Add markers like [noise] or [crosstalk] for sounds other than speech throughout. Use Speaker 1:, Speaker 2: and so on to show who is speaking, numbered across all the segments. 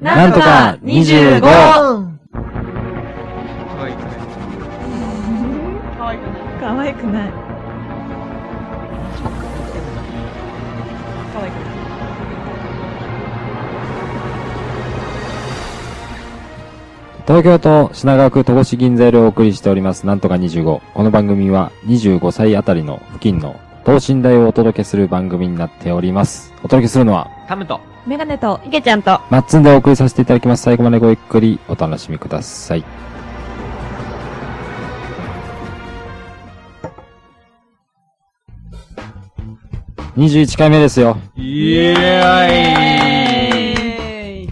Speaker 1: なんとか25
Speaker 2: 可愛くない。
Speaker 3: 可愛くない。
Speaker 4: 可愛くない。
Speaker 3: 可愛くない。
Speaker 1: 東京都品川区戸越銀座よりお送りしております、なんとか25。この番組は25歳あたりの付近の等身大をお届けする番組になっております。お届けするのは、
Speaker 2: タムと。
Speaker 4: メガネと、
Speaker 3: いけちゃんと。
Speaker 1: マッツンでお送りさせていただきます。最後までごゆっくりお楽しみください。21回目ですよ。
Speaker 2: イエーイ
Speaker 3: イ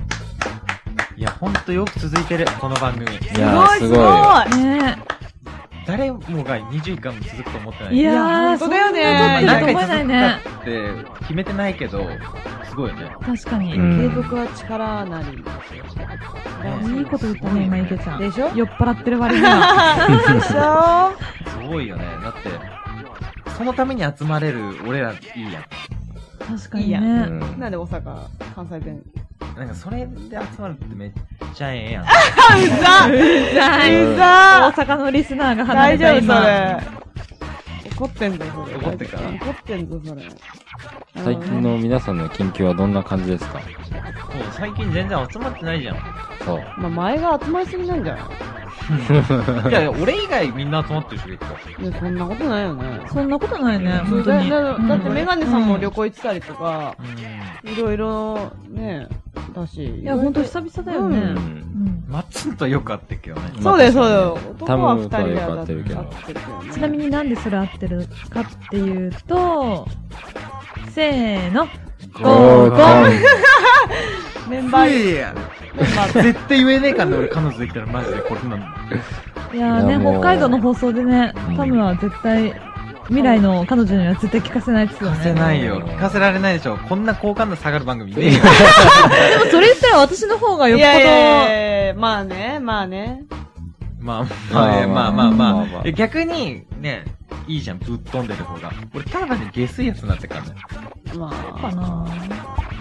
Speaker 2: いや、ほんとよく続いてる、この番組。
Speaker 1: いやーすごい。
Speaker 4: ね
Speaker 2: 誰もが21回も続くと思ってない。
Speaker 4: い
Speaker 3: いや
Speaker 4: やー、
Speaker 3: 本当だよね
Speaker 4: そんなことってると思え
Speaker 2: 続
Speaker 4: ない
Speaker 2: く
Speaker 4: ね。
Speaker 2: かって決めてないけど、すごいよね。
Speaker 4: 確か
Speaker 1: う
Speaker 4: に。
Speaker 3: 継
Speaker 1: ん
Speaker 3: 続は力なり。
Speaker 4: いいこと言ったね、今、いけちゃん。
Speaker 3: でしょ
Speaker 4: 酔っ払ってる割には。
Speaker 3: [laughs] でしょ
Speaker 2: すごいよね。だって、そのために集まれる俺らいいや
Speaker 4: 確か
Speaker 3: いい
Speaker 4: に
Speaker 3: や
Speaker 1: う
Speaker 4: ね。
Speaker 1: ん
Speaker 3: なんで大阪、関西弁。
Speaker 2: ん。なんかそれで集まるってめっちゃええやん。
Speaker 3: あ、うざう
Speaker 4: ざ
Speaker 1: いう
Speaker 4: 大
Speaker 3: ざ
Speaker 4: 阪のリスナーが離
Speaker 3: 大
Speaker 4: れ
Speaker 3: 丈
Speaker 4: た
Speaker 3: 夫
Speaker 4: 今。
Speaker 3: それ。怒ってんぞ、それ。
Speaker 2: 怒ってっから
Speaker 3: 怒ってんぞ、それ。
Speaker 1: 最近の皆さんの近況はどんな感じですか
Speaker 2: そう、最近全然集まってないじゃん。
Speaker 1: そう。
Speaker 3: あのまあ、前が集まりすぎなんじゃない
Speaker 2: いや、俺以外みんな集まってるし、結構。
Speaker 3: いやそんなことないよね。
Speaker 4: そんなことないね、本当
Speaker 3: だ
Speaker 4: に。
Speaker 3: だだってメガネさんも旅
Speaker 4: 行。
Speaker 3: 行行ってたりとか、
Speaker 2: うん。
Speaker 3: いろいろね、だし。
Speaker 4: いや、ほんと久々だよ
Speaker 1: う
Speaker 4: ね。
Speaker 1: ん。
Speaker 4: うん
Speaker 2: マッツンとはよく会ってっけどね。
Speaker 3: そうだよ、そうだ
Speaker 1: まあ確か
Speaker 3: よ。男は
Speaker 1: に
Speaker 3: 二人だ
Speaker 1: タムとは
Speaker 3: よ。
Speaker 1: よく会ってるけど
Speaker 3: だって会ってるけどね
Speaker 4: ちなみになんでそれ合ってるかっていうと、せーの。
Speaker 2: ゴ
Speaker 4: ゴー
Speaker 2: ーゴ
Speaker 4: ゴ
Speaker 2: ー
Speaker 4: ー
Speaker 3: メンバー、
Speaker 2: いや
Speaker 3: メンバー、
Speaker 2: 絶対言えねえからね、俺彼女できたらマジでこれなんだ。
Speaker 4: いやー
Speaker 1: いや
Speaker 4: ね、
Speaker 1: もう
Speaker 4: 北海道の放送でね
Speaker 1: う、ん
Speaker 4: タムは絶対、未来の彼女には絶対聞かせないですよ
Speaker 2: 聞かせ
Speaker 4: ね。
Speaker 2: ないよ。聞かせられないでしょ。こんな好感度下がる番組ねえよ。
Speaker 4: でもそれ言ったら私の方がよっ
Speaker 3: い
Speaker 4: ぽど、
Speaker 3: やいやいや、まあね、まあね。
Speaker 2: まあまあ、まあまあ
Speaker 1: ま
Speaker 2: ま
Speaker 1: あまあ
Speaker 2: あ。逆に、ね、いいじゃん、ぶっ飛んでる方が。俺、ただね、下水やつになってっからね。
Speaker 3: ま
Speaker 4: か
Speaker 3: あ、
Speaker 4: な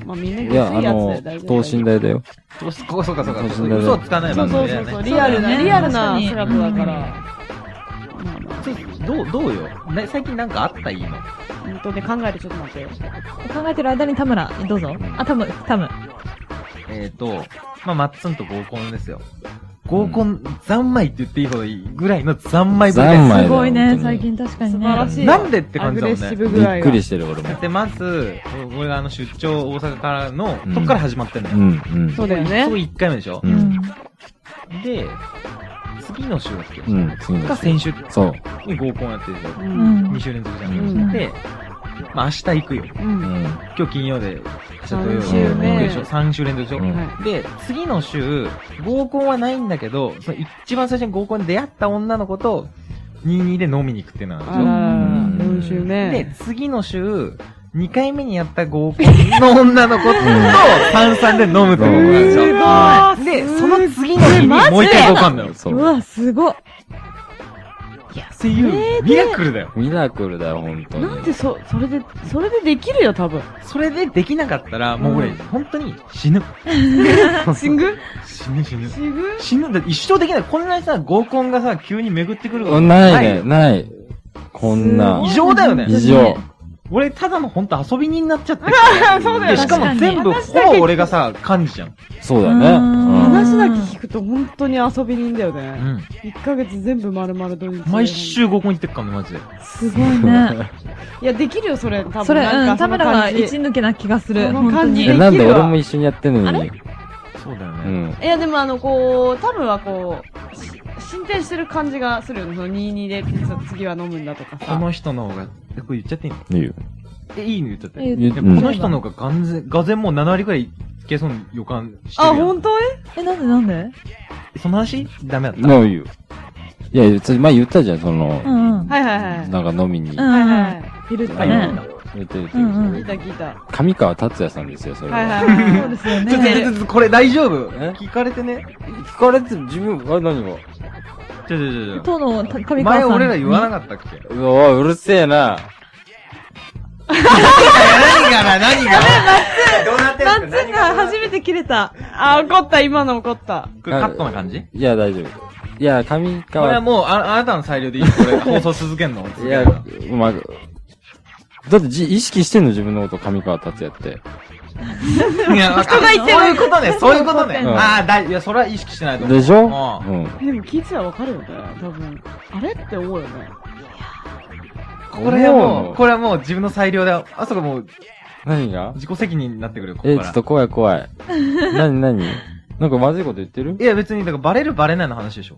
Speaker 3: まあみんな薄
Speaker 1: いや、あ
Speaker 3: いやつ
Speaker 1: の
Speaker 3: で大、丈
Speaker 1: 等
Speaker 3: 夫。
Speaker 1: 身大だよ。
Speaker 2: そうそうそうかそうか。
Speaker 1: そうそう
Speaker 2: 嘘をつかない
Speaker 3: そ
Speaker 2: 番
Speaker 3: うそう
Speaker 2: 組
Speaker 3: そ
Speaker 2: だ
Speaker 3: うそう、
Speaker 2: よね。
Speaker 3: リア
Speaker 4: そ
Speaker 3: ル
Speaker 4: うだ
Speaker 3: な、
Speaker 4: ね
Speaker 3: リアルな
Speaker 4: 確かに
Speaker 3: スラップだから。
Speaker 4: うん
Speaker 3: まあまあ、
Speaker 2: そうどう、どうよ。な最近なんかあったいいの。
Speaker 3: 本当ね、考えてちょっと待って。
Speaker 4: 考えてる間に田村、どうぞ。あ、タム、タム。
Speaker 2: えーと、まあ、マッツンと合コンですよ。合コン、三昧って言っていいほどいいぐらいの三昧ぶりです
Speaker 1: 三昧
Speaker 4: すごい
Speaker 1: 本当
Speaker 4: ね
Speaker 1: に、
Speaker 4: 最近確かにね。
Speaker 3: 素晴らしい
Speaker 2: なんでって
Speaker 3: ア
Speaker 2: 感
Speaker 3: グ
Speaker 2: じだも
Speaker 3: レッ
Speaker 2: んね
Speaker 3: シ。ブ
Speaker 1: び
Speaker 3: 具合
Speaker 1: っく
Speaker 3: が。
Speaker 1: りしてる、俺も
Speaker 2: [laughs] だっ。てまず、俺があの出張大阪からの、
Speaker 1: うん
Speaker 2: とこから始まってんの
Speaker 1: う
Speaker 2: よ。
Speaker 1: ん、うん
Speaker 3: そ。うだよね
Speaker 2: そ。う1回目でしょ
Speaker 1: う、
Speaker 4: うん
Speaker 1: ん。
Speaker 2: で、次の週だっけ、
Speaker 1: うん、次の
Speaker 2: か
Speaker 1: 週。
Speaker 2: 先週
Speaker 1: そう。
Speaker 2: に合コンやってるでしょ。
Speaker 3: う。
Speaker 4: うんん
Speaker 2: 2。週連続じゃ。
Speaker 1: うん
Speaker 3: ん
Speaker 2: で、まあ明日行くよ。
Speaker 3: う。
Speaker 1: うんん。
Speaker 2: 今日金曜で、明日土曜
Speaker 1: 三週目
Speaker 2: 行くでしょ ?3 週連続でしょ、
Speaker 1: うん
Speaker 3: は
Speaker 2: で、次の週、合コンはないんだけど、その一番最初に合コンで出会った女の子と、22で飲みに行くっていうの
Speaker 3: あ
Speaker 2: は
Speaker 3: ら
Speaker 1: うん
Speaker 3: 4週目。
Speaker 2: で、次の週、2回目にやった合コンの女の子と、炭酸で飲むってことなんですよ。
Speaker 3: すごい
Speaker 2: で、その次の日にもう一回合コンだよ。
Speaker 1: そうう。
Speaker 4: わ、すごっ。
Speaker 2: いや、っていう、ミラクルだよ。
Speaker 1: ミラクルだよ、本当に。
Speaker 3: なんでそ、それで、それでできるよ、多分。
Speaker 2: それでできなかったら、もう俺、本当に死ぬ。
Speaker 3: シング
Speaker 2: 死ぬ死ぬ。
Speaker 3: シング
Speaker 2: 死ぬんだ。一生できない。こんなにさ、合コンがさ、急に巡ってくること
Speaker 1: うんないね、。ない。こんな
Speaker 2: 異。常だよね。
Speaker 1: 異常。
Speaker 2: 俺、ただの本当遊び人になっちゃってる。
Speaker 3: [laughs] そうだよ
Speaker 2: で、
Speaker 3: ね。
Speaker 2: しかも全部、ほぼ俺がさ、幹事じゃん。
Speaker 1: そうだよ
Speaker 4: う
Speaker 1: ね
Speaker 4: ん。
Speaker 3: 話だけ聞くと本当に遊び人だよ
Speaker 2: う
Speaker 3: ね。
Speaker 2: ん。
Speaker 3: 1ヶ月全部丸々土日。
Speaker 2: 毎。週合コン行ってっからね、マジで。
Speaker 4: すごいね。
Speaker 3: いや、できるよ、それ。 [laughs] 多分
Speaker 4: それ、
Speaker 3: な
Speaker 4: うん、
Speaker 3: んか
Speaker 4: 田
Speaker 3: その
Speaker 4: 村が
Speaker 3: 感じ
Speaker 4: 一抜けな気がする。
Speaker 3: その
Speaker 4: 本当
Speaker 3: 感じ
Speaker 1: う。
Speaker 3: うん
Speaker 4: に。
Speaker 1: え、
Speaker 3: ん
Speaker 1: なんで俺も一緒にやってんのに。
Speaker 2: そうだよ
Speaker 1: う
Speaker 2: ね。
Speaker 1: ん。
Speaker 3: いや、でもあの、こう、多分はこう、し進展してる感じがするよね。その22で次は飲むんだとか
Speaker 2: こ
Speaker 3: さ。
Speaker 2: の人の方が、えこれ言っちゃっていいの
Speaker 1: いいよ。
Speaker 2: え、いいの言っちゃって。
Speaker 4: え
Speaker 2: い
Speaker 1: 言
Speaker 2: や
Speaker 1: う
Speaker 2: こ
Speaker 1: ん
Speaker 2: の人の方が、がんぜ、がぜもう7割くらいいけそうな予感してるや
Speaker 3: あ、
Speaker 2: ん。
Speaker 3: 本当に
Speaker 4: え、なんでなんで
Speaker 2: その話ダメだった。
Speaker 1: もういいよ。いや、別に前言ったじゃん、その
Speaker 4: う、んうん。
Speaker 3: はいはいはい。はい
Speaker 1: なんか飲みに。
Speaker 4: うん
Speaker 3: はい
Speaker 4: るっ
Speaker 2: あ
Speaker 4: て
Speaker 2: いい
Speaker 4: ね
Speaker 2: ん。だ
Speaker 1: 言ってるって
Speaker 4: うんうん
Speaker 3: い。聞いた聞いた。
Speaker 1: 上川達也さんですよ、それ
Speaker 3: はいはい
Speaker 1: は。
Speaker 3: はい
Speaker 4: そ
Speaker 3: は
Speaker 4: う
Speaker 3: い
Speaker 4: で。すよ
Speaker 2: ちょっと、ちょ
Speaker 4: ね。
Speaker 2: っとこれ大丈夫
Speaker 1: え
Speaker 2: 聞かれてね。
Speaker 1: 聞かれて、自分、あれ何が
Speaker 2: ちょちょちょち
Speaker 4: との、た上川さん。
Speaker 2: 前俺ら言わなかったっけ
Speaker 1: うわ、うるせえな。
Speaker 2: [laughs] 何がな、何がどうなって
Speaker 4: マ
Speaker 2: ん
Speaker 4: ッ
Speaker 2: す
Speaker 4: ツン
Speaker 2: か
Speaker 4: が初めて切れた。
Speaker 3: あ、怒った、今の怒った。
Speaker 2: これカットな感じ
Speaker 1: いや、大丈夫。いや、上
Speaker 2: これは
Speaker 1: 川、
Speaker 2: もう、あ、あなたの裁量でいいよこれ、放送続けんの
Speaker 1: いや、うまく。だってじ、意識してんの自分のこと、上川達也って。
Speaker 2: いや、人
Speaker 3: がいてる
Speaker 2: そういうことね、そういうことね。
Speaker 1: うん
Speaker 2: ああ、だい、いや、それは意識してないと思う。
Speaker 1: でしょ
Speaker 2: うん
Speaker 1: うん。
Speaker 3: えでも聞いてたらわかるよね、多分。あれって思うよね。
Speaker 2: ここら辺は
Speaker 1: 思う
Speaker 2: も
Speaker 1: の
Speaker 2: う、これはもう自分の裁量で、あそこもう
Speaker 1: 何が
Speaker 2: 自己責任になってくるよ、こ
Speaker 1: え、
Speaker 2: こ
Speaker 1: ちょ
Speaker 2: から
Speaker 1: っ。と怖い怖い。なになになんかまずいこと言ってる
Speaker 2: いや、別に、だからバレるバレないの話でしょ。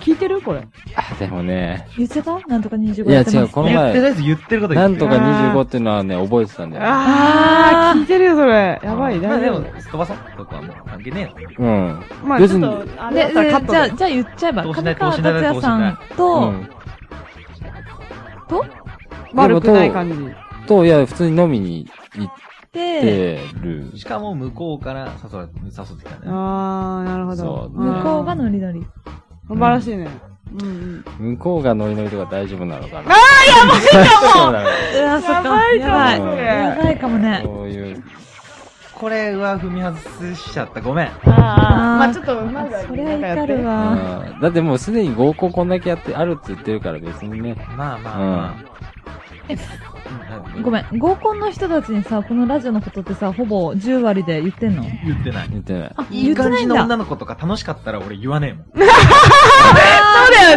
Speaker 3: 聞いてるこれ。
Speaker 1: あ、でもね。
Speaker 4: 言っちゃったなんとか25
Speaker 1: いや
Speaker 4: やってます
Speaker 1: 違うこの前
Speaker 2: 言ってないです、言ってること言
Speaker 1: な
Speaker 2: って
Speaker 1: ん
Speaker 2: る
Speaker 1: とか25っていうのはね、覚えてたんだよ。
Speaker 3: あー、聞いてるよ、それ。やばい、
Speaker 2: まあ
Speaker 3: 大
Speaker 2: で
Speaker 3: 丈
Speaker 2: も
Speaker 3: 夫。、
Speaker 2: すっ飛ばそう。そこはもう関係ねえよ。
Speaker 1: うん。
Speaker 3: まあ、
Speaker 1: 別
Speaker 3: ちょ
Speaker 1: に
Speaker 3: っと、あれ
Speaker 4: で
Speaker 3: だっ
Speaker 4: で
Speaker 3: たらカット
Speaker 4: じゃあ、
Speaker 3: だ。
Speaker 4: じゃあ言っちゃえば、
Speaker 2: どうしな
Speaker 4: 上
Speaker 2: いどう
Speaker 4: 川
Speaker 2: しない
Speaker 4: 達也さん
Speaker 1: う
Speaker 4: と、
Speaker 1: ん。
Speaker 4: と、
Speaker 3: 悪くない感じ。
Speaker 1: と、いや、普通に飲みに行っ
Speaker 4: で、
Speaker 1: てる。
Speaker 2: しかも、向こうから誘われ、誘ってきたね。
Speaker 3: あー、なるほ
Speaker 1: そ
Speaker 3: ど。
Speaker 1: うね
Speaker 4: 向こうがノリノリ。
Speaker 3: 素晴らしいね。うんうん。
Speaker 1: 向こうがノリノリとか大丈夫なのかなああ、や [laughs] ばいか
Speaker 4: うわ、そっか。やばい。
Speaker 1: それ
Speaker 4: やばいかもね。
Speaker 1: もそういう。
Speaker 2: これは踏み外しちゃった。ごめん。
Speaker 3: あー、
Speaker 4: ー
Speaker 3: まあちょっと、まず
Speaker 4: それは怒るわ。
Speaker 1: うんだってもうすでに合コンこんだけやって、あるって言ってるから別にね。
Speaker 2: まあまあまあ。
Speaker 4: ごめ
Speaker 2: ん。
Speaker 4: ん、合コンの人たちにさ、このラジオのことってさ、ほぼ10割で言ってんの
Speaker 2: 言ってない。
Speaker 1: 言ってない。
Speaker 4: あ、
Speaker 2: い
Speaker 4: 言
Speaker 2: い
Speaker 4: って
Speaker 2: 感
Speaker 4: ない
Speaker 2: じ
Speaker 4: ん
Speaker 2: の
Speaker 4: だ。
Speaker 2: 女の子とか楽しかったら俺言わねえもん。
Speaker 3: そう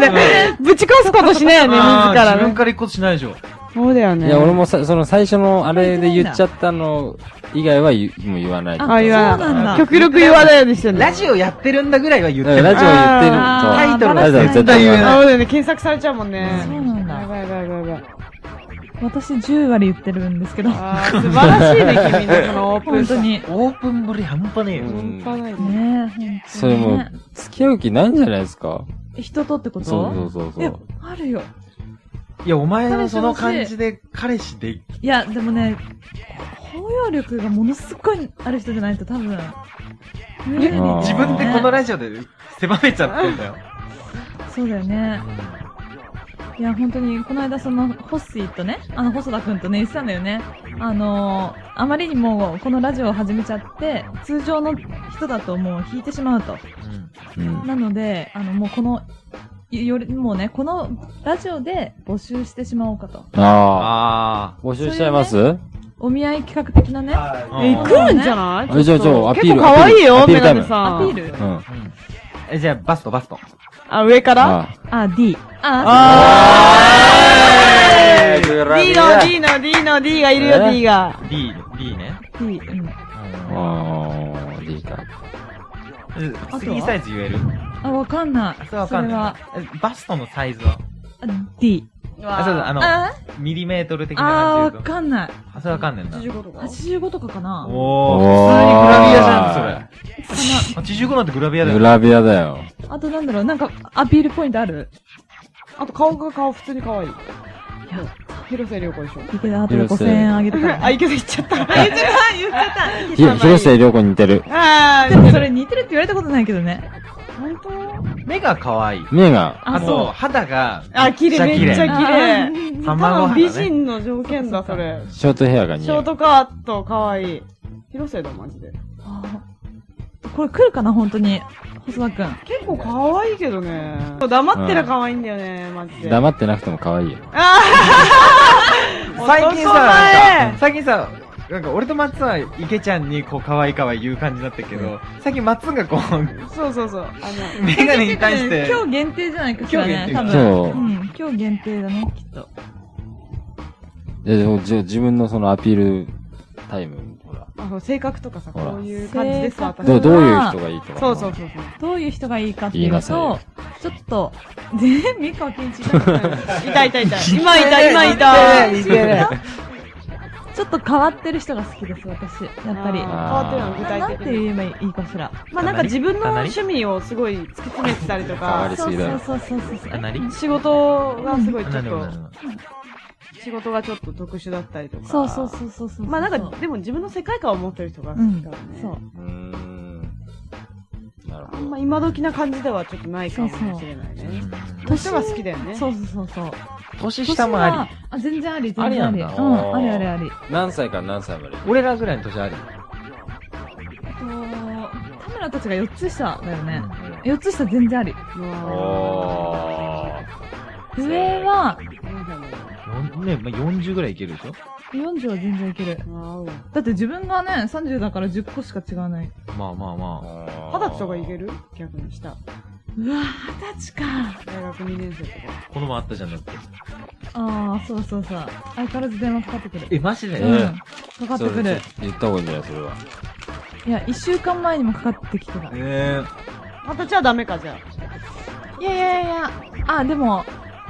Speaker 3: だよね。ぶち壊すことしないよね、
Speaker 2: あー
Speaker 3: 自ら
Speaker 2: 自分
Speaker 3: ね。
Speaker 2: から行くことしないでしょ。
Speaker 3: そうだよね。
Speaker 1: いや、俺もさ、その最初のあれで言っちゃったの以外は言うもう言わない。
Speaker 4: あ
Speaker 3: あ、言わ
Speaker 4: そうな
Speaker 3: なん
Speaker 4: だ
Speaker 3: い。極力言わないようにしてんだ
Speaker 2: ラジオやってるんだぐらいは言っ
Speaker 1: だから
Speaker 2: て
Speaker 1: ラ
Speaker 2: る。
Speaker 1: ジオ言ってると。
Speaker 4: あ
Speaker 2: タイトル
Speaker 1: ラジオ絶対言え
Speaker 2: オ
Speaker 1: ない。
Speaker 3: あ、そうだよね。検索されちゃうもんね。
Speaker 4: そうなんだ
Speaker 3: やばいやばいやばいやばい。
Speaker 4: 私10割言ってるんですけど、
Speaker 3: あー、素晴らしいね、君のそのオープン
Speaker 4: 本
Speaker 3: さ
Speaker 4: 当。に。ね
Speaker 2: オープンぶり半端ねえよ。
Speaker 1: うん
Speaker 3: 半端ない
Speaker 4: え、
Speaker 3: ね。
Speaker 4: 本当にね
Speaker 1: それもう、付き合う気ないんじゃないですか
Speaker 4: 人とってこと
Speaker 1: そうそうそうそ
Speaker 4: いや
Speaker 1: う。、
Speaker 4: あるよ。
Speaker 2: いや、お前のその感じで彼氏で、
Speaker 4: いや、でもね、包容力がものすごいある人じゃないと多分、無理に
Speaker 1: あー
Speaker 2: 自分でこのラジオで狭めちゃってんだよ。
Speaker 4: そうだよね。いや、本当に、この間その、ホッシーとね、あの、細田くんとね、言ってたんだよね。あのーあまりにも、このラジオを始めちゃって、通常の人だともう引いてしまうと。
Speaker 2: うん
Speaker 1: うん
Speaker 4: なので、あの、もうこの、より、もうね、このラジオで募集してしまおうかと。
Speaker 1: あ
Speaker 2: あ
Speaker 1: あ。募集しちゃいます
Speaker 4: お見合い企画的なね、
Speaker 2: あ。
Speaker 3: え、
Speaker 2: うん
Speaker 3: 来るんじゃない
Speaker 1: あじゃあじゃあアピール
Speaker 3: 結構可愛い
Speaker 1: ア
Speaker 3: よ、
Speaker 1: ピー
Speaker 3: メ
Speaker 1: ル
Speaker 3: ガネさ
Speaker 4: ア
Speaker 3: ん。
Speaker 4: ピール
Speaker 1: うん。
Speaker 2: うんえ、じゃあ、バスト、バスト。
Speaker 3: あ、上から
Speaker 1: あ
Speaker 4: あ、D。あ、
Speaker 3: あ
Speaker 1: あー
Speaker 3: ー !D の D の D の D がいるよ、
Speaker 1: ね
Speaker 3: D が。
Speaker 2: D、D ね。
Speaker 4: D。うん。
Speaker 1: あー。いいか。
Speaker 2: うん
Speaker 4: とは
Speaker 2: 次サイズ言える
Speaker 4: あ、わかんない。
Speaker 2: それわかんない
Speaker 4: そ。
Speaker 2: えバストのサイズは
Speaker 4: れは、あ D。
Speaker 2: あ、そうだ、あの、
Speaker 4: あ
Speaker 2: ミリメートル的な
Speaker 4: あー、わ
Speaker 2: 感じで言うと。
Speaker 4: かんない。
Speaker 2: あ、それわかんねえな。
Speaker 3: 85とか
Speaker 4: 85とかかな
Speaker 2: お
Speaker 1: おー
Speaker 2: お普通にグラビアじゃん、それ。85なんてグラビアだ
Speaker 1: グ
Speaker 2: よ。
Speaker 1: ラビアだよ。
Speaker 4: あとなんだろう、なんか、アピールポイントある
Speaker 3: あと顔が顔普通に可愛い。
Speaker 4: いや、
Speaker 3: 広瀬涼子でしょ。 [laughs]
Speaker 4: 池田あと
Speaker 1: 広瀬
Speaker 4: 5000円あげるから。
Speaker 3: あ、池田言っちゃった。言っちゃった、言っちゃった。
Speaker 1: ひ広瀬涼子に似てる。
Speaker 3: あー、
Speaker 4: でもそれ似てるって言われたことないけどね。
Speaker 3: 本当
Speaker 2: 目が可愛い。
Speaker 1: 目が。
Speaker 2: あと、肌が、
Speaker 3: あ、綺麗、めっちゃ綺
Speaker 4: あ
Speaker 3: 麗。
Speaker 2: 多
Speaker 3: 多
Speaker 2: 分
Speaker 3: 分美人の条件だ、それ。
Speaker 1: ショートヘアが
Speaker 3: シ
Speaker 1: 似合
Speaker 3: ョー
Speaker 1: う。
Speaker 3: トカット、可愛い。広瀬だ、マジで。
Speaker 4: あーこれ来るかな、本当に。細田くん。
Speaker 3: 結構可愛いけどね。黙ってりゃ可愛いんだよね、マジで。
Speaker 1: 黙ってなくても可愛いよ。
Speaker 2: 最近さ、
Speaker 3: 男前
Speaker 2: なんか、最近さ、なんか俺と松は池ちゃんにこう可愛い可愛い言う感じになったけど、最近松がこう、
Speaker 3: [laughs] そうそうそう。あの、
Speaker 2: メガネに対して、
Speaker 4: 今日限定じゃないかしらね、
Speaker 2: 今
Speaker 4: 多
Speaker 2: 日
Speaker 1: 限定
Speaker 4: 分。
Speaker 1: そう
Speaker 4: うん、今日限定だね、きっと。
Speaker 1: ででもじゃあ自分のそのアピールタイム、ほら。
Speaker 3: あの性格とかさ、
Speaker 1: ほら
Speaker 3: こういう感じです、
Speaker 4: 性格
Speaker 1: ど
Speaker 3: 私。そう
Speaker 1: うどういう人がいいとか。
Speaker 3: そうそう
Speaker 1: う。
Speaker 3: そう。
Speaker 4: どういう人がいいかってい
Speaker 1: 言いうな
Speaker 4: と、
Speaker 1: さ
Speaker 4: ち
Speaker 1: い
Speaker 4: ょ
Speaker 1: よ
Speaker 4: っと、全然三河健一だ
Speaker 3: うんいたいたいた。今いた、今い
Speaker 2: い
Speaker 3: た。
Speaker 2: けるいける
Speaker 4: ちょっと変わってる人が好きです、私。やっぱり。
Speaker 3: 変
Speaker 4: な
Speaker 3: わってるの、具
Speaker 4: な
Speaker 3: 体
Speaker 4: ん
Speaker 3: 的
Speaker 4: て
Speaker 3: に。
Speaker 4: 言えばいいかしら。
Speaker 3: まあなんか自分の趣味をすごい突き詰めてたりと
Speaker 1: 変わ
Speaker 3: か
Speaker 1: り、
Speaker 4: そ
Speaker 1: す
Speaker 4: う
Speaker 1: ぎだ
Speaker 4: そ
Speaker 1: よ
Speaker 4: うそうそうそう。
Speaker 2: あ、なり
Speaker 3: 仕事がすごいちょ
Speaker 2: な
Speaker 3: っ
Speaker 2: りなり
Speaker 3: と、仕事がちょっと特殊だったりとか。
Speaker 4: そうそうそうそうそう。
Speaker 3: まあなんか、でも自分の世界観を持ってる人が
Speaker 4: う
Speaker 3: 好き
Speaker 4: ん
Speaker 3: だからね。
Speaker 4: そう。
Speaker 1: うーん。なるほ
Speaker 3: あ
Speaker 1: ど。
Speaker 3: んま今時な感じではちょっとないかもしれないね。
Speaker 2: うん
Speaker 3: そういう人が好きだよね。
Speaker 4: そうそうそうそう。
Speaker 2: 年下もあ
Speaker 4: あ、全然あり、全然あり。
Speaker 2: ありなん
Speaker 1: だ
Speaker 4: うん、ありありあり。
Speaker 1: 何歳から何歳まで
Speaker 2: 俺らぐらいの年ある
Speaker 4: えっと、田村たちが4つ下だよね。
Speaker 1: よ
Speaker 4: 4つ下全然あり。
Speaker 1: おー。
Speaker 4: 上は、
Speaker 2: よんね、まあ、40ぐらいいけるでしょ
Speaker 4: 40は全然いける。だって自分がね、30だから10個しか違わない。
Speaker 2: まあまあま
Speaker 3: 二十歳とかいけ
Speaker 1: る
Speaker 3: る逆に下。
Speaker 4: うわぁ、二十歳か。
Speaker 3: 大学2年生とか。
Speaker 2: あ。この前あったじゃんだって。
Speaker 4: ああ、そうそうそう。相変わらず電話かかってくる。
Speaker 2: え、マジで、
Speaker 4: うん。
Speaker 1: ね
Speaker 4: かかってくる。
Speaker 1: 言った方がいいんじゃないそれは。
Speaker 4: いや、1週間前にもかかってきてた。い
Speaker 2: え
Speaker 3: 二十歳はダメか、じゃ
Speaker 4: やいやいや、あ、でも、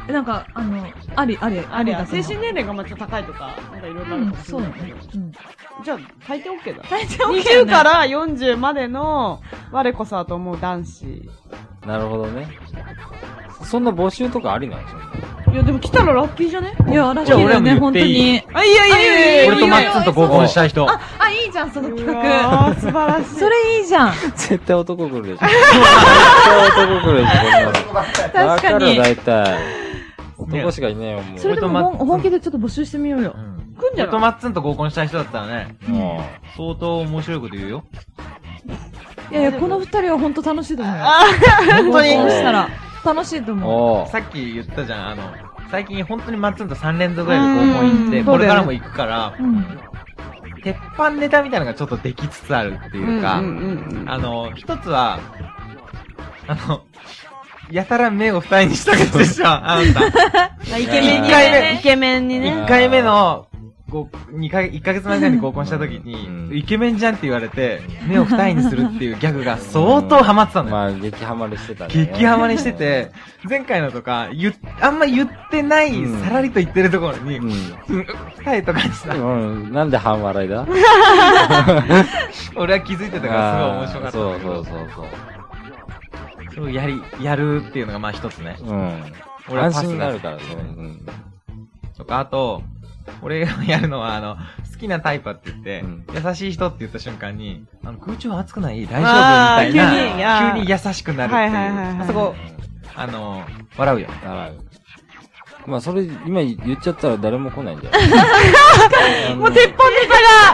Speaker 4: なんか、あの、あり、あり、
Speaker 3: あ。
Speaker 4: ありだと思
Speaker 3: 精
Speaker 4: う
Speaker 3: 神年齢がまた高いとか、なんかいろ
Speaker 4: う
Speaker 3: いろあるか
Speaker 4: ん、
Speaker 3: もし
Speaker 4: そ
Speaker 3: れ
Speaker 4: うだ
Speaker 3: ないけ
Speaker 4: ね
Speaker 3: ど。。
Speaker 4: うん。
Speaker 3: じゃあ、大抵 OK だ。
Speaker 4: 大丈夫
Speaker 3: 20から40までの、我こそはと思う男子。い
Speaker 1: なるほどね。そんな募集とかありなんでしょ
Speaker 3: や、でも来たらラッキーじゃね
Speaker 4: いや、らしいよね、
Speaker 2: じゃあ俺らも言
Speaker 4: 本
Speaker 2: っ
Speaker 4: 当
Speaker 2: てい
Speaker 4: に。
Speaker 3: あ、いやいやいや
Speaker 2: え
Speaker 3: いや
Speaker 2: 俺とマッツンと合コンしたい人。
Speaker 4: あ、いいじゃん、その企画。
Speaker 3: 画。素晴らしい。
Speaker 4: それいいじゃん。
Speaker 1: 絶対男来るでしょ。絶
Speaker 4: 確
Speaker 1: 対男来るでしょ、こんなの。
Speaker 4: か
Speaker 1: わかる、
Speaker 4: に。
Speaker 1: 大体。男しかいねえよ、もう。
Speaker 4: それでもほん本気でちょっと募集してみようよ。
Speaker 2: ん。
Speaker 3: 来んじ
Speaker 2: 俺
Speaker 3: ゃない
Speaker 2: とマッツンと合コンしたい人だったらね、
Speaker 1: も
Speaker 2: 相当面白いこと言うよ。
Speaker 4: いやいや、この二人は本当楽しいと思うよ。
Speaker 3: あ
Speaker 4: 本
Speaker 1: 当に
Speaker 4: そうしたら、楽しいと
Speaker 1: う。
Speaker 4: 思う。
Speaker 1: おー
Speaker 2: さっき言ったじゃん、あの、最近本当にマッツンと3連続ぐらいで合コン行っ
Speaker 4: う
Speaker 2: て、
Speaker 4: ん
Speaker 2: これからも行くから、
Speaker 4: うん。
Speaker 2: 鉄板ネタみたいなのがちょっとできつつあるっていうか、
Speaker 3: うんうんうん
Speaker 2: あの、一つは、あの、やたら目を二重にしたくてさ、あんた。
Speaker 3: イ
Speaker 1: ケメン
Speaker 3: イ
Speaker 1: に
Speaker 3: ケメ
Speaker 4: ね
Speaker 3: ンイケメンに
Speaker 1: ね
Speaker 3: ね。
Speaker 2: 一回目の、ご、二回、一ヶ月前ぐらいに合コンした時に、
Speaker 1: うん
Speaker 2: イケメンじゃんって言われて、目を二重にするっていうギャグが相当ハマってたのよ。
Speaker 1: まあ、激ハマりしてたね。
Speaker 2: 激ハマりしてて、前回のとか、言っ、あんま言ってない、
Speaker 1: うん
Speaker 2: さらりと言ってるところに、
Speaker 1: う
Speaker 2: うん
Speaker 1: ん。
Speaker 2: 二重とかにさ、
Speaker 1: うん。なんで半笑いだ
Speaker 2: 俺は気づいてたからすごい面白かった。
Speaker 1: そうそうそうそう。
Speaker 2: それをやり、やるっていうのがまあ一つね。
Speaker 1: うん。
Speaker 2: 俺は
Speaker 1: 安
Speaker 2: パス
Speaker 1: 心
Speaker 2: 出す
Speaker 1: になるからね。うん。
Speaker 2: とか、あと、俺がやるのは、あの、好きなタイプって言って、
Speaker 1: うん
Speaker 2: 優しい人って言った瞬間に、あの、空中熱くない大
Speaker 3: あ
Speaker 2: 丈夫
Speaker 3: ー
Speaker 2: みた
Speaker 1: 急
Speaker 2: い
Speaker 3: にあ
Speaker 2: な
Speaker 3: ー
Speaker 2: 急に優しくなるっていう。
Speaker 3: はいはいはいはい
Speaker 2: あそこ、あの、笑うよ。
Speaker 1: あまあ、それ、今言っちゃったら誰も来ないんじゃないもう
Speaker 3: 鉄板ネ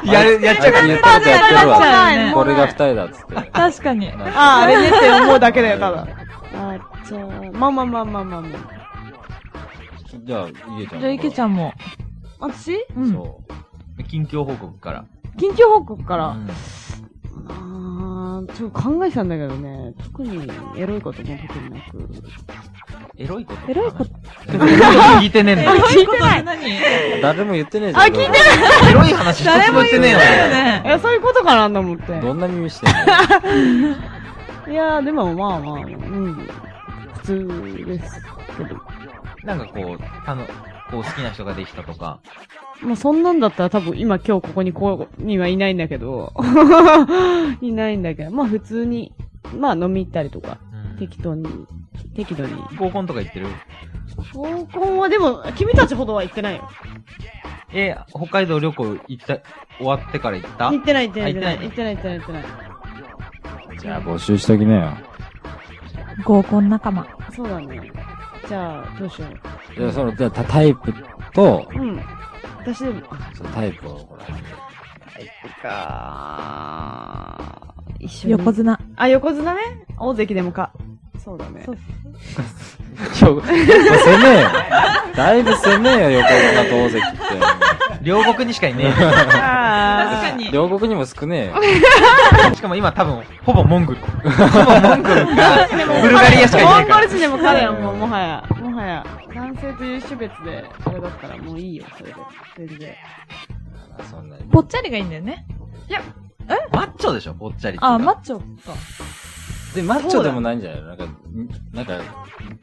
Speaker 3: タが
Speaker 2: やる、やっちゃうから
Speaker 1: 言ったことやって
Speaker 4: やっ
Speaker 1: る
Speaker 4: ちゃうよ
Speaker 1: わ。
Speaker 4: ね
Speaker 1: これが二人だっつって。
Speaker 4: 確かに。
Speaker 3: あー、あれねって思うだけだよ、ただ。あ、じゃあ、まあまあまあまあまあまあ。
Speaker 1: じゃあ、いけちゃん。
Speaker 4: じゃあ、いけちゃんも。
Speaker 3: 私
Speaker 4: うん
Speaker 1: そう。
Speaker 2: 近況報告から。
Speaker 3: 近況報告から。
Speaker 2: うん
Speaker 3: あーちょっと考えてたんだけどね、特にエロいことも特になく。
Speaker 2: エロいことかな
Speaker 4: エロいこと。
Speaker 2: 聞いてねえん
Speaker 4: え、
Speaker 3: [laughs]
Speaker 2: だ。
Speaker 4: [laughs] 聞いことって何
Speaker 1: 誰も言ってねえじゃん。
Speaker 3: あ聞いてない
Speaker 2: エロい話一つも言ってねえよ。
Speaker 3: いや、そういうことかなと思って。
Speaker 1: どんな耳してんの
Speaker 3: いやー、でもまあまあ、うん。普通ですけど。
Speaker 2: なんかこう、あの、こう好きな人ができたとか。
Speaker 3: まあそんなんだったら多分今今日ここにこうにはいないんだけど、 [laughs] いないんだけど、まあ普通に、まあ飲み行ったりとか、適当に、適度に。
Speaker 2: 合コンとか言ってる
Speaker 3: 合コンはでも、君たちほどは行ってないよ。
Speaker 2: え、北海道旅行行った、終わってから行った
Speaker 3: 行ってない行ってない行ってない
Speaker 2: あ
Speaker 3: 行
Speaker 2: 行
Speaker 3: っ
Speaker 2: って
Speaker 3: ない行ってない行ってない。
Speaker 1: じゃあ、募集しときなよ。
Speaker 4: 合コン仲間。
Speaker 3: そうだね。じゃあ、どうしよう。
Speaker 1: じゃあ、その、じゃあ、タイプと、
Speaker 3: うん。私でも、あ、
Speaker 1: そのタイプを、ほら。
Speaker 3: か一緒に。
Speaker 4: 横綱。
Speaker 3: あ、横綱ね大関でもか。そうだね。
Speaker 4: そう
Speaker 1: よ、攻めよ。だいぶ攻めよ、横綱と大関っ
Speaker 2: 両国にしかいねえよ。
Speaker 3: あー
Speaker 1: て。。両国にも少ねえよ。
Speaker 2: しかも今多分、ほぼモンゴル。ほぼモンゴルか、 [laughs] ブルガリアしかいない
Speaker 3: モン
Speaker 2: か
Speaker 3: ゴ
Speaker 2: ら。
Speaker 3: ル人でも彼はもう、もはや、もはや、男性という種別で、あれだったらもういいよ、それで。全然。
Speaker 1: そんな
Speaker 4: ぽっちゃりがいいんだよね。
Speaker 2: マッチョでしょ、ぽっちゃりっていうのは。
Speaker 4: あ、マッチョか。
Speaker 1: で、マッチョでもないんじゃないのなんか、なんか、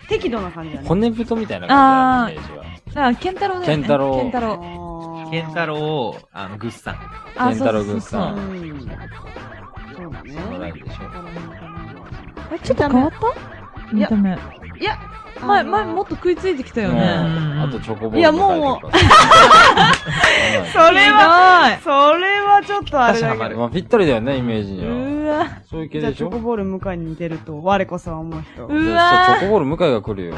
Speaker 3: 適度な感じだね。
Speaker 1: 骨太みたいな感じのイメージは。
Speaker 4: だから、ケンタロウだよね。
Speaker 1: ケンタロウ
Speaker 4: ケンタロウ。
Speaker 3: あー
Speaker 2: ケンタロウを、あの、グッサン。
Speaker 4: あ
Speaker 1: ケンタロウ軍さ
Speaker 4: そうそう
Speaker 3: うん。そうだね。
Speaker 1: そのラインでしょ
Speaker 4: そうそうえちょっと変わった見た目。前、前もっ
Speaker 3: と。
Speaker 4: と食いついてきた
Speaker 1: う
Speaker 4: よ
Speaker 1: ん
Speaker 4: ね。
Speaker 1: あとチョコボール。
Speaker 3: いやもう
Speaker 1: う。そ
Speaker 3: それは、それはちょっとあれだ
Speaker 2: 確か
Speaker 3: け
Speaker 2: に
Speaker 3: ど。
Speaker 1: まあ、ぴったりだよね、イメージに
Speaker 3: う
Speaker 1: は。
Speaker 3: わ
Speaker 1: そういう系
Speaker 3: じゃあ
Speaker 1: で
Speaker 3: チ
Speaker 1: しょ
Speaker 3: ョコボール向井に似てると、我こそは思う人。
Speaker 4: う
Speaker 1: じゃあ
Speaker 4: わ
Speaker 1: チョコボール向井が来るよ。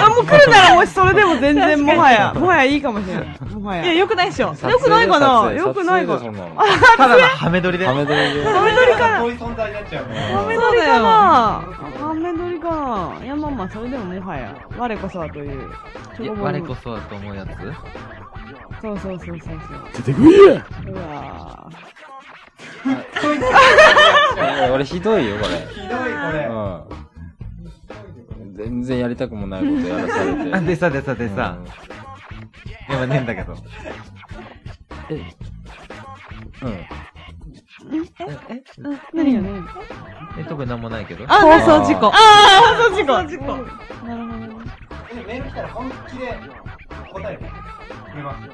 Speaker 3: あ、もう来るならもしそれでも全然
Speaker 4: 確かに
Speaker 3: もはや、もはやいいかもしれない。もはいや。
Speaker 4: や、
Speaker 3: よ
Speaker 4: よくないでしょ。
Speaker 3: よくないかな
Speaker 1: 撮影
Speaker 3: よくないかな
Speaker 1: 撮影でそんの
Speaker 2: ただのハメ撮りで。
Speaker 1: ため撮りで。
Speaker 3: ハメ撮りか
Speaker 2: そういう存在になっちゃうね。
Speaker 3: ハメ撮りかなハメ撮りかないや、まあまあ、それでももはや、我こそはという。チョコボー
Speaker 2: 我
Speaker 3: ル
Speaker 2: こ。そだと思うやつ
Speaker 3: そうそうそうそうそ
Speaker 1: 出てくるや
Speaker 3: う。うわぁ。
Speaker 1: 俺ひどいよ、こ
Speaker 2: ひ
Speaker 1: れ。
Speaker 2: どいこれ
Speaker 1: うん。全然やりたくもないことやらされて。
Speaker 2: あ、でさでさでさ、やばねえんだけど。
Speaker 1: うん。えうん。
Speaker 2: え、
Speaker 3: 何よね。
Speaker 2: え、特になんもないけど。
Speaker 4: あ、放送事故。ああ、放送事故。放送事故。
Speaker 3: なるほどね。
Speaker 5: メール来たら本気で答えてくれますよ。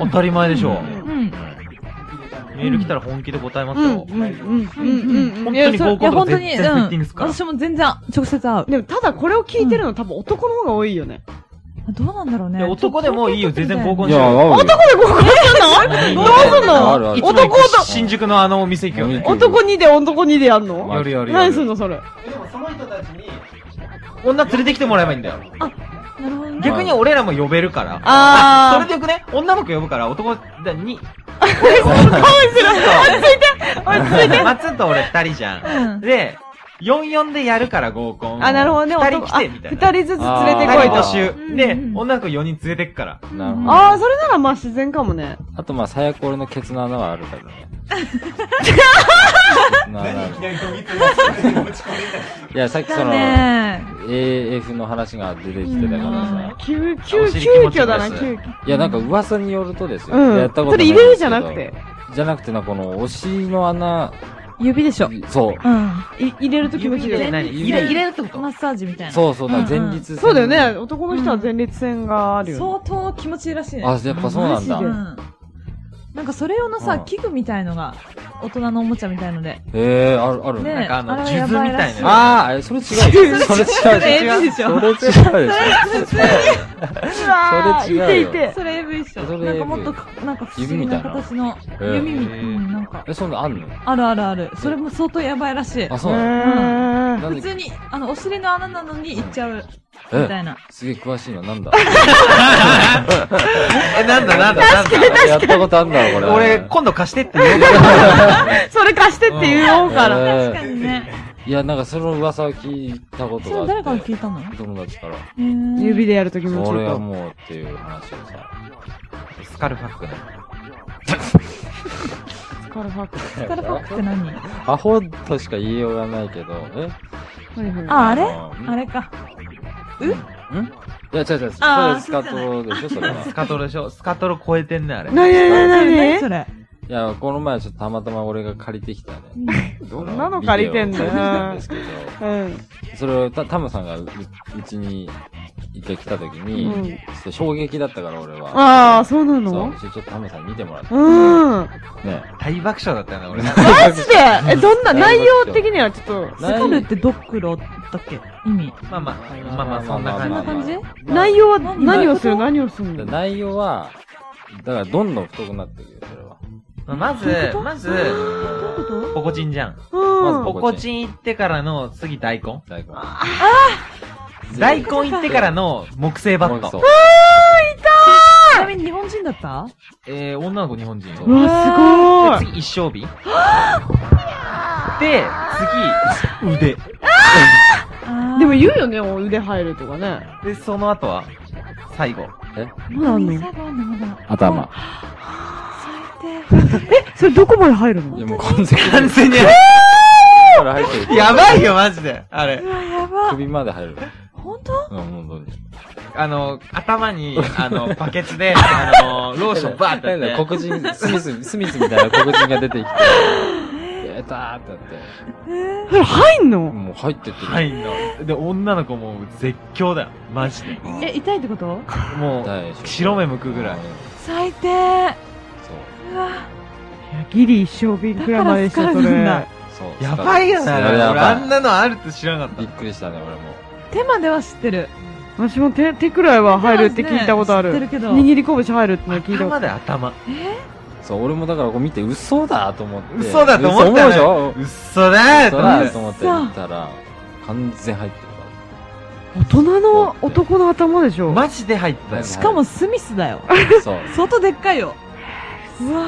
Speaker 2: 当たり前でしょ。
Speaker 4: うん。
Speaker 2: メール来たら本気で答えます
Speaker 3: うん、
Speaker 2: よ
Speaker 3: う。ん、うん、うん、うん。
Speaker 2: 本
Speaker 3: いや
Speaker 2: 当に
Speaker 3: そ
Speaker 2: 合
Speaker 4: い
Speaker 3: う
Speaker 4: や、
Speaker 2: コン
Speaker 4: 本
Speaker 2: と
Speaker 4: 当
Speaker 2: か
Speaker 4: に、
Speaker 2: 絶
Speaker 4: う
Speaker 2: 対セッティン
Speaker 4: ん
Speaker 2: グっす。から。
Speaker 4: 私も全然直接会う。
Speaker 3: でも、ただこれを聞いてるの多分男の方が多いよね。
Speaker 4: あどうなんだろう
Speaker 2: い
Speaker 4: ね。
Speaker 2: や男でもいいよ
Speaker 4: ちょっと
Speaker 2: 全然合コン
Speaker 1: いや、合うよ。
Speaker 3: これ合コンすん [laughs] のどうすん
Speaker 1: あるあ
Speaker 3: の
Speaker 1: る
Speaker 2: いつも行
Speaker 3: 男
Speaker 2: く新宿のあのお店行くよね。
Speaker 3: 男2で男2でやんの
Speaker 2: やるやるや
Speaker 3: 何すん
Speaker 2: る。
Speaker 3: のそれ。
Speaker 5: でもその人たちに、
Speaker 2: 女連れてきてもらえばいいんだよ。
Speaker 4: なるほどね。
Speaker 2: 逆に俺らも呼べるから。
Speaker 3: あ
Speaker 2: そ
Speaker 3: ー
Speaker 2: れでよくね、女の子呼ぶから、男だに、
Speaker 3: あ
Speaker 2: 松と俺二人じゃ
Speaker 4: うん
Speaker 2: ん。で、44でやるから合コン。
Speaker 3: あ、なるほどね。
Speaker 2: 二人
Speaker 3: 男
Speaker 2: 来て、みたい
Speaker 3: あ
Speaker 2: な。
Speaker 3: 二人ずつ連れてこ
Speaker 2: 二
Speaker 3: いと。
Speaker 1: あ
Speaker 2: 人
Speaker 4: うん
Speaker 2: 募集。で
Speaker 4: うん、
Speaker 2: 女の子4人連れてくから。
Speaker 1: なるほど。
Speaker 3: ああ、それならまあ自然かもね。
Speaker 1: あとまあ最悪俺のケツの穴はあるから
Speaker 3: [laughs]
Speaker 1: ね。ケツの穴あ
Speaker 5: 何い
Speaker 1: る
Speaker 5: きなりドギツ持ち込んできた
Speaker 1: いや、さっきそ
Speaker 4: だ
Speaker 1: の、
Speaker 4: ね
Speaker 1: AF の話が出てきてたからさ。
Speaker 3: 急、
Speaker 2: お
Speaker 3: 急、
Speaker 2: 尻気持ち
Speaker 3: 急
Speaker 2: いいです
Speaker 3: 遽だな、急遽。
Speaker 1: いや、なんか噂によるとですよ。
Speaker 3: うん
Speaker 1: やったことない
Speaker 3: それ入れるじゃなくて。
Speaker 1: じゃなくてな、この、お尻の穴、
Speaker 4: 指でしょ。うん。
Speaker 1: そう。
Speaker 3: い入れると気持ちいいよ
Speaker 2: 指で
Speaker 3: ね。
Speaker 2: 何
Speaker 4: 指
Speaker 2: 入れ、入れるってこと
Speaker 4: マッサージみたいな。
Speaker 1: そうそう、だから
Speaker 4: うんうん
Speaker 1: 前日、
Speaker 3: そうだよね。。男の人は前立腺があるよね。
Speaker 4: 相当気持ちいいらしいね。
Speaker 1: あ、やっぱそうなんだ
Speaker 3: マ
Speaker 4: う
Speaker 3: ジ。
Speaker 4: ん。なんかそれ用の
Speaker 1: う
Speaker 4: さ、
Speaker 1: ん
Speaker 4: 器具みたいのが、大人のおもちゃみたいので。
Speaker 1: へえ、ある、ある。
Speaker 4: ね
Speaker 2: なんかあの、
Speaker 4: あれは
Speaker 2: 数
Speaker 4: や
Speaker 2: 珠
Speaker 4: ばい
Speaker 2: みた
Speaker 4: ら
Speaker 2: い
Speaker 4: しい
Speaker 2: なや
Speaker 1: ああ、あれそれ違うよ。
Speaker 3: [laughs]
Speaker 1: それ違うよ。
Speaker 4: それ AV でしょ
Speaker 1: それ違うでしょ。それ違う
Speaker 3: うわー
Speaker 1: それ違うよ
Speaker 3: いていて。
Speaker 4: それ AV っしょ。
Speaker 1: それ
Speaker 4: なんかもっとか、なんか不思議な形の
Speaker 1: 指
Speaker 4: 弓
Speaker 1: み
Speaker 4: み
Speaker 2: た
Speaker 4: た
Speaker 2: い
Speaker 4: い
Speaker 2: な
Speaker 4: な。うんなんか
Speaker 1: え、、そんなのあんの
Speaker 4: あるあるある。それも相当やばいらしい。
Speaker 1: あ、
Speaker 3: へ
Speaker 1: そうなの
Speaker 3: ー
Speaker 1: なん
Speaker 4: 普
Speaker 1: で
Speaker 4: 通に、あの、お尻の穴なのに行っちゃう、みた
Speaker 1: え、
Speaker 4: いな。
Speaker 1: すげえ詳しいの、なん
Speaker 3: [laughs]
Speaker 1: だ
Speaker 2: つ。え、なんだなんだなんだ。
Speaker 1: やったことあんだろ、これ。
Speaker 2: 俺、今度貸してって言うから。 [laughs]
Speaker 3: それ貸してって言おうから。
Speaker 1: えー
Speaker 4: 確かにね。
Speaker 1: いや、なんかその噂を聞いたこと
Speaker 4: そ
Speaker 1: があっ
Speaker 4: れ誰
Speaker 1: て。
Speaker 4: から聞いたの
Speaker 1: 友達から。
Speaker 3: 指でやると気持ち
Speaker 1: そ
Speaker 3: いい
Speaker 1: れは
Speaker 3: と。
Speaker 1: もうっていう話をさ。
Speaker 2: スカルファックね。
Speaker 3: スカルファック。
Speaker 4: スカルパックって何あ、
Speaker 1: アホとしか言いようがないけど、え
Speaker 3: はいはい
Speaker 4: あれ
Speaker 1: うん
Speaker 4: あれか。
Speaker 1: んいや、違う違う、そ
Speaker 4: あ
Speaker 1: れ
Speaker 4: ー
Speaker 1: スカトロでしょ、それは。
Speaker 2: スカトロでしょスカトロ超えてんね、あれ。
Speaker 3: なになになになに
Speaker 4: それ。
Speaker 1: いや、この前ちょっとたまたま俺が借りてきたね。ど
Speaker 3: んなの借りてんだ
Speaker 1: 借
Speaker 3: よ
Speaker 1: りてきたんですけど、
Speaker 3: うん。
Speaker 1: それをたタムさんがううちに一回来た時に、
Speaker 3: うん
Speaker 1: ちょっと衝撃だったから俺は。
Speaker 3: ああ、そうな
Speaker 1: そう
Speaker 3: の、
Speaker 1: ちょっとタムさんに見てもらって。
Speaker 3: うん。
Speaker 1: ね。
Speaker 2: 大爆笑だったよ [laughs] な、俺。
Speaker 3: マジでえ、どんな、内容的にはちょっと、
Speaker 4: スカルってドクロだっけ意味。
Speaker 2: まあまあ、まあまあ、そんな
Speaker 4: そんな
Speaker 2: 感じ。
Speaker 4: 感じ
Speaker 3: 内容は
Speaker 4: 何
Speaker 3: 何をする
Speaker 4: ど
Speaker 3: 何をするの
Speaker 1: 内容は、だからどんどん太くなっていくよ、それは。
Speaker 2: まあまず、まず、ポコチンじゃん。
Speaker 3: うん。
Speaker 1: ま
Speaker 2: ポコチン行ってからの、次大根。
Speaker 1: 大根。
Speaker 2: 大根行ってからの、木製バッ
Speaker 1: そ
Speaker 2: ト
Speaker 1: う。
Speaker 4: ちなみに日本人だった
Speaker 2: えー、女の子日本人。
Speaker 1: そう
Speaker 3: わ、す
Speaker 2: で次、一生日。 [gasps] で、次、腕。
Speaker 3: ごいでも言うよね、腕入るとかね。
Speaker 2: で、その後は、最後。
Speaker 3: まだあんの
Speaker 4: 最後あんのまだ。
Speaker 1: 頭。
Speaker 4: 最低。
Speaker 3: それどこまで入るの
Speaker 1: いや、もう完全に。
Speaker 2: 完 [laughs] 全に、
Speaker 1: から入ってる。
Speaker 2: やばいよ、マジで。あれ
Speaker 4: う。わ、やば。
Speaker 1: 首まで入る。
Speaker 4: 本当
Speaker 1: うん、本
Speaker 2: あの、頭に、あの、バケツで、あの、ローションバーって
Speaker 1: 当に。
Speaker 2: やって。
Speaker 1: 黒人、スミス、スミスみたいな黒人が出てきて、やったーってなっ
Speaker 3: それ入ん
Speaker 1: て、
Speaker 3: の
Speaker 1: もう入ってってる。
Speaker 2: はいの。で、女の子も絶叫だよ。マジで。
Speaker 4: え、痛いってこと
Speaker 2: もう、
Speaker 1: 痛いでしょ
Speaker 2: 白目向くぐらい
Speaker 1: うん
Speaker 4: 最低。う
Speaker 1: そう。
Speaker 4: わ。
Speaker 3: ギリ一生瓶くらいまででし
Speaker 4: だ
Speaker 3: た、
Speaker 4: か
Speaker 3: そ
Speaker 4: ら疲れるん
Speaker 3: れ
Speaker 4: だ。
Speaker 1: そう。
Speaker 2: やばいよな、
Speaker 1: そ
Speaker 2: あ
Speaker 1: れ
Speaker 2: れ
Speaker 1: はや
Speaker 2: 俺あん
Speaker 1: ば
Speaker 2: なのあるって知らなか
Speaker 1: い。び
Speaker 2: っ
Speaker 1: っくりしたね、俺も。
Speaker 4: 手までは知ってる。
Speaker 3: 私も手、手くらいは入るって聞いたことある。
Speaker 4: 手はね知ってるけど
Speaker 3: 握り拳入るっての
Speaker 2: た。
Speaker 3: は聞いたこ
Speaker 2: 頭で頭。
Speaker 4: え
Speaker 1: そう、俺もだからこう見て、嘘だと思って。
Speaker 2: 嘘だと思っ
Speaker 1: 嘘う
Speaker 2: たね
Speaker 1: でしょ
Speaker 2: 嘘だー
Speaker 1: 嘘
Speaker 2: と
Speaker 1: だー
Speaker 2: 思って
Speaker 1: と思って見たら、完全入ってるか
Speaker 3: 大人の男の頭でしょ。
Speaker 2: マジで入ったよ。
Speaker 1: し
Speaker 4: しかもスミスだよ。
Speaker 1: ら。そう。
Speaker 4: 相当でっかいよ。うわ。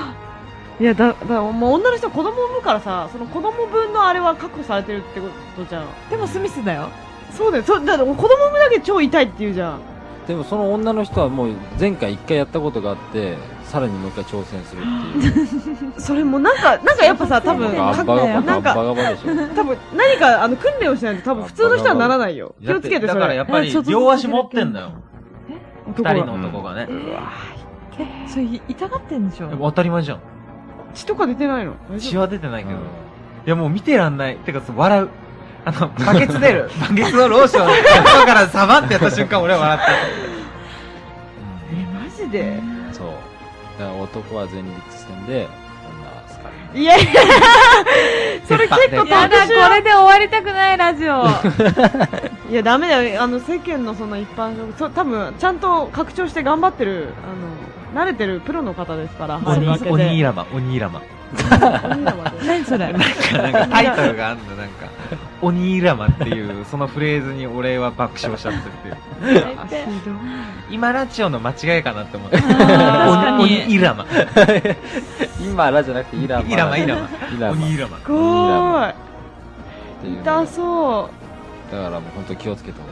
Speaker 3: いや、だ、だ、もう女の人子供産むからさ、その子供分のあれは確保されてるってことじゃん。
Speaker 4: でもスミスだよ。
Speaker 3: そうだよ。そうだって子供産むだけで超痛いって言うじゃん。
Speaker 1: でもその女の人はもう前回一回やったことがあって、さらにもう一回挑戦するっていう。
Speaker 3: それもなんか、なんかやっぱ [laughs] さ、多分、
Speaker 1: バカ
Speaker 3: か
Speaker 1: バカ
Speaker 3: なん
Speaker 1: バ
Speaker 3: か
Speaker 1: カバカでしょ。
Speaker 3: 多分、何か、あの、訓練をしないと多分普通の人はならないよ。気
Speaker 2: だっ
Speaker 3: をつけて、
Speaker 2: だ
Speaker 3: そ
Speaker 2: からや
Speaker 3: れ。
Speaker 2: っぱり
Speaker 4: ちょっと
Speaker 2: 両足持ってんだよ。
Speaker 3: 男
Speaker 2: 二人
Speaker 3: が
Speaker 2: の男がね。
Speaker 4: え、それ痛がってんでし
Speaker 2: で
Speaker 4: ょ
Speaker 2: も当たり前じゃん。
Speaker 3: 血とか出てないの大
Speaker 2: 血
Speaker 3: 丈夫
Speaker 2: は出てないけど。
Speaker 1: うん
Speaker 2: いやもう見てらんない。てか、そう笑う。あの、バケツ出る。バケツのローション、頭からサバってやった瞬間俺は笑った。
Speaker 3: え、マジで
Speaker 1: そう。だから男は前立腺で、女はスカル。
Speaker 3: いやいや、それ結構
Speaker 4: や
Speaker 3: 大
Speaker 4: だ、
Speaker 3: 変
Speaker 4: これで終わりたくないラジオ。
Speaker 3: いや、ダメだよ。あの、世間のその一般の、そう多分、ちゃんと拡張して頑張ってる、あの、慣れてるプロの方ですから、
Speaker 2: オニ
Speaker 3: [laughs] わ
Speaker 2: ー、
Speaker 3: けで。
Speaker 2: オニーラマ、オニーラマ。
Speaker 3: 鬼だわね
Speaker 4: 何それ。
Speaker 2: なんかタイトルがあるんだ、なんか。オニーラマっていう、そのフレーズに俺は爆笑しちゃってるっていう。
Speaker 3: あひどい
Speaker 2: 今ラジオの間違いかなって思って。オニ
Speaker 4: 確かに
Speaker 2: オニーラマ。
Speaker 1: 今らじゃなくてイラマ。
Speaker 2: イラマ、イラマ。
Speaker 1: イ
Speaker 2: オ
Speaker 1: ラマ。
Speaker 2: ニ
Speaker 1: っ
Speaker 2: ーラマ。
Speaker 3: すごい
Speaker 1: ていうね
Speaker 3: 痛そう
Speaker 1: だからもう本当気をつけてほ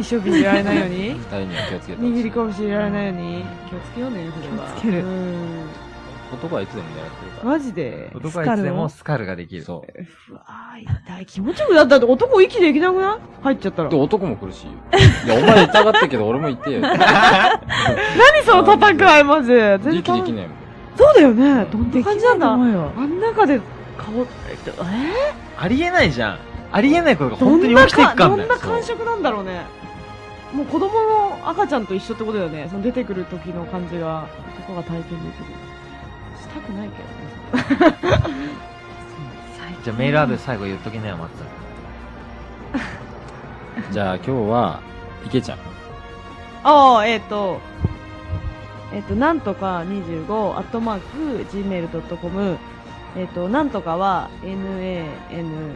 Speaker 1: しい。
Speaker 3: 一生ビジられないように
Speaker 1: 二人には気をつけてほしい。
Speaker 3: 握り拳入れられないように気をつけようねそれは
Speaker 4: 気をつける
Speaker 3: うん
Speaker 1: 男はいつでも狙ってるから。
Speaker 3: マジで
Speaker 2: 男はいつでもスカルができる。
Speaker 1: そう
Speaker 3: わ痛い気持ちよくなったって男息できなくない入っちゃったら
Speaker 1: う。で、男も苦しいよ。いや、お前痛がったけど俺も痛
Speaker 3: [laughs]
Speaker 1: えよ。
Speaker 3: 何その戦いマジで
Speaker 1: 息でき
Speaker 3: い
Speaker 1: ないもん。
Speaker 3: そうだよねどんな
Speaker 4: でき
Speaker 3: 感じ
Speaker 4: な
Speaker 3: ないん
Speaker 4: と思
Speaker 3: だ
Speaker 4: うよ。
Speaker 3: あん中で顔えー
Speaker 2: ありえないじゃん。ありえないことが
Speaker 3: ど
Speaker 2: 本当
Speaker 3: ん
Speaker 2: に
Speaker 3: な
Speaker 2: 起きてい
Speaker 3: か
Speaker 2: くか
Speaker 3: ど
Speaker 2: んだ
Speaker 3: ん
Speaker 2: よ。
Speaker 3: な感触なんだろうねもう子供の赤ちゃんと一緒ってことだよねその出てくる時の感じが男が体験できるしたくないけどね
Speaker 2: じゃあメールアドレス最後言っときなよ、松田
Speaker 1: じゃあ今日は、いけちゃん。
Speaker 3: ああ、えっ、と、えっ、と、なんとか25、アットマーク、gmail.com、えっ、と、なんとかは、nanto、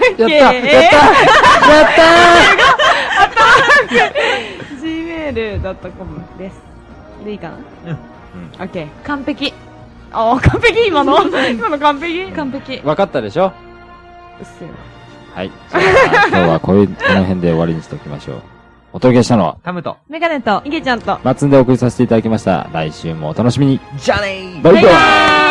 Speaker 1: やった
Speaker 3: えー
Speaker 1: やったやった
Speaker 3: gmail.com です。でいいかな
Speaker 1: うん
Speaker 3: オッケー。
Speaker 4: 完璧。
Speaker 3: ああ、完璧
Speaker 1: [laughs]
Speaker 3: 今の今の完璧
Speaker 4: 完璧
Speaker 1: ー。わかったでしょ
Speaker 3: うっせえ
Speaker 1: はい。それでは今日はこういう、この辺で終わりにしておきましょう。お届けしたのは、
Speaker 2: タムと。
Speaker 4: メガネと
Speaker 3: な。いげちゃんと。
Speaker 1: マッツンでお送りさせていただきました。来週もお楽しみに。
Speaker 2: じゃあねー
Speaker 1: バイバイ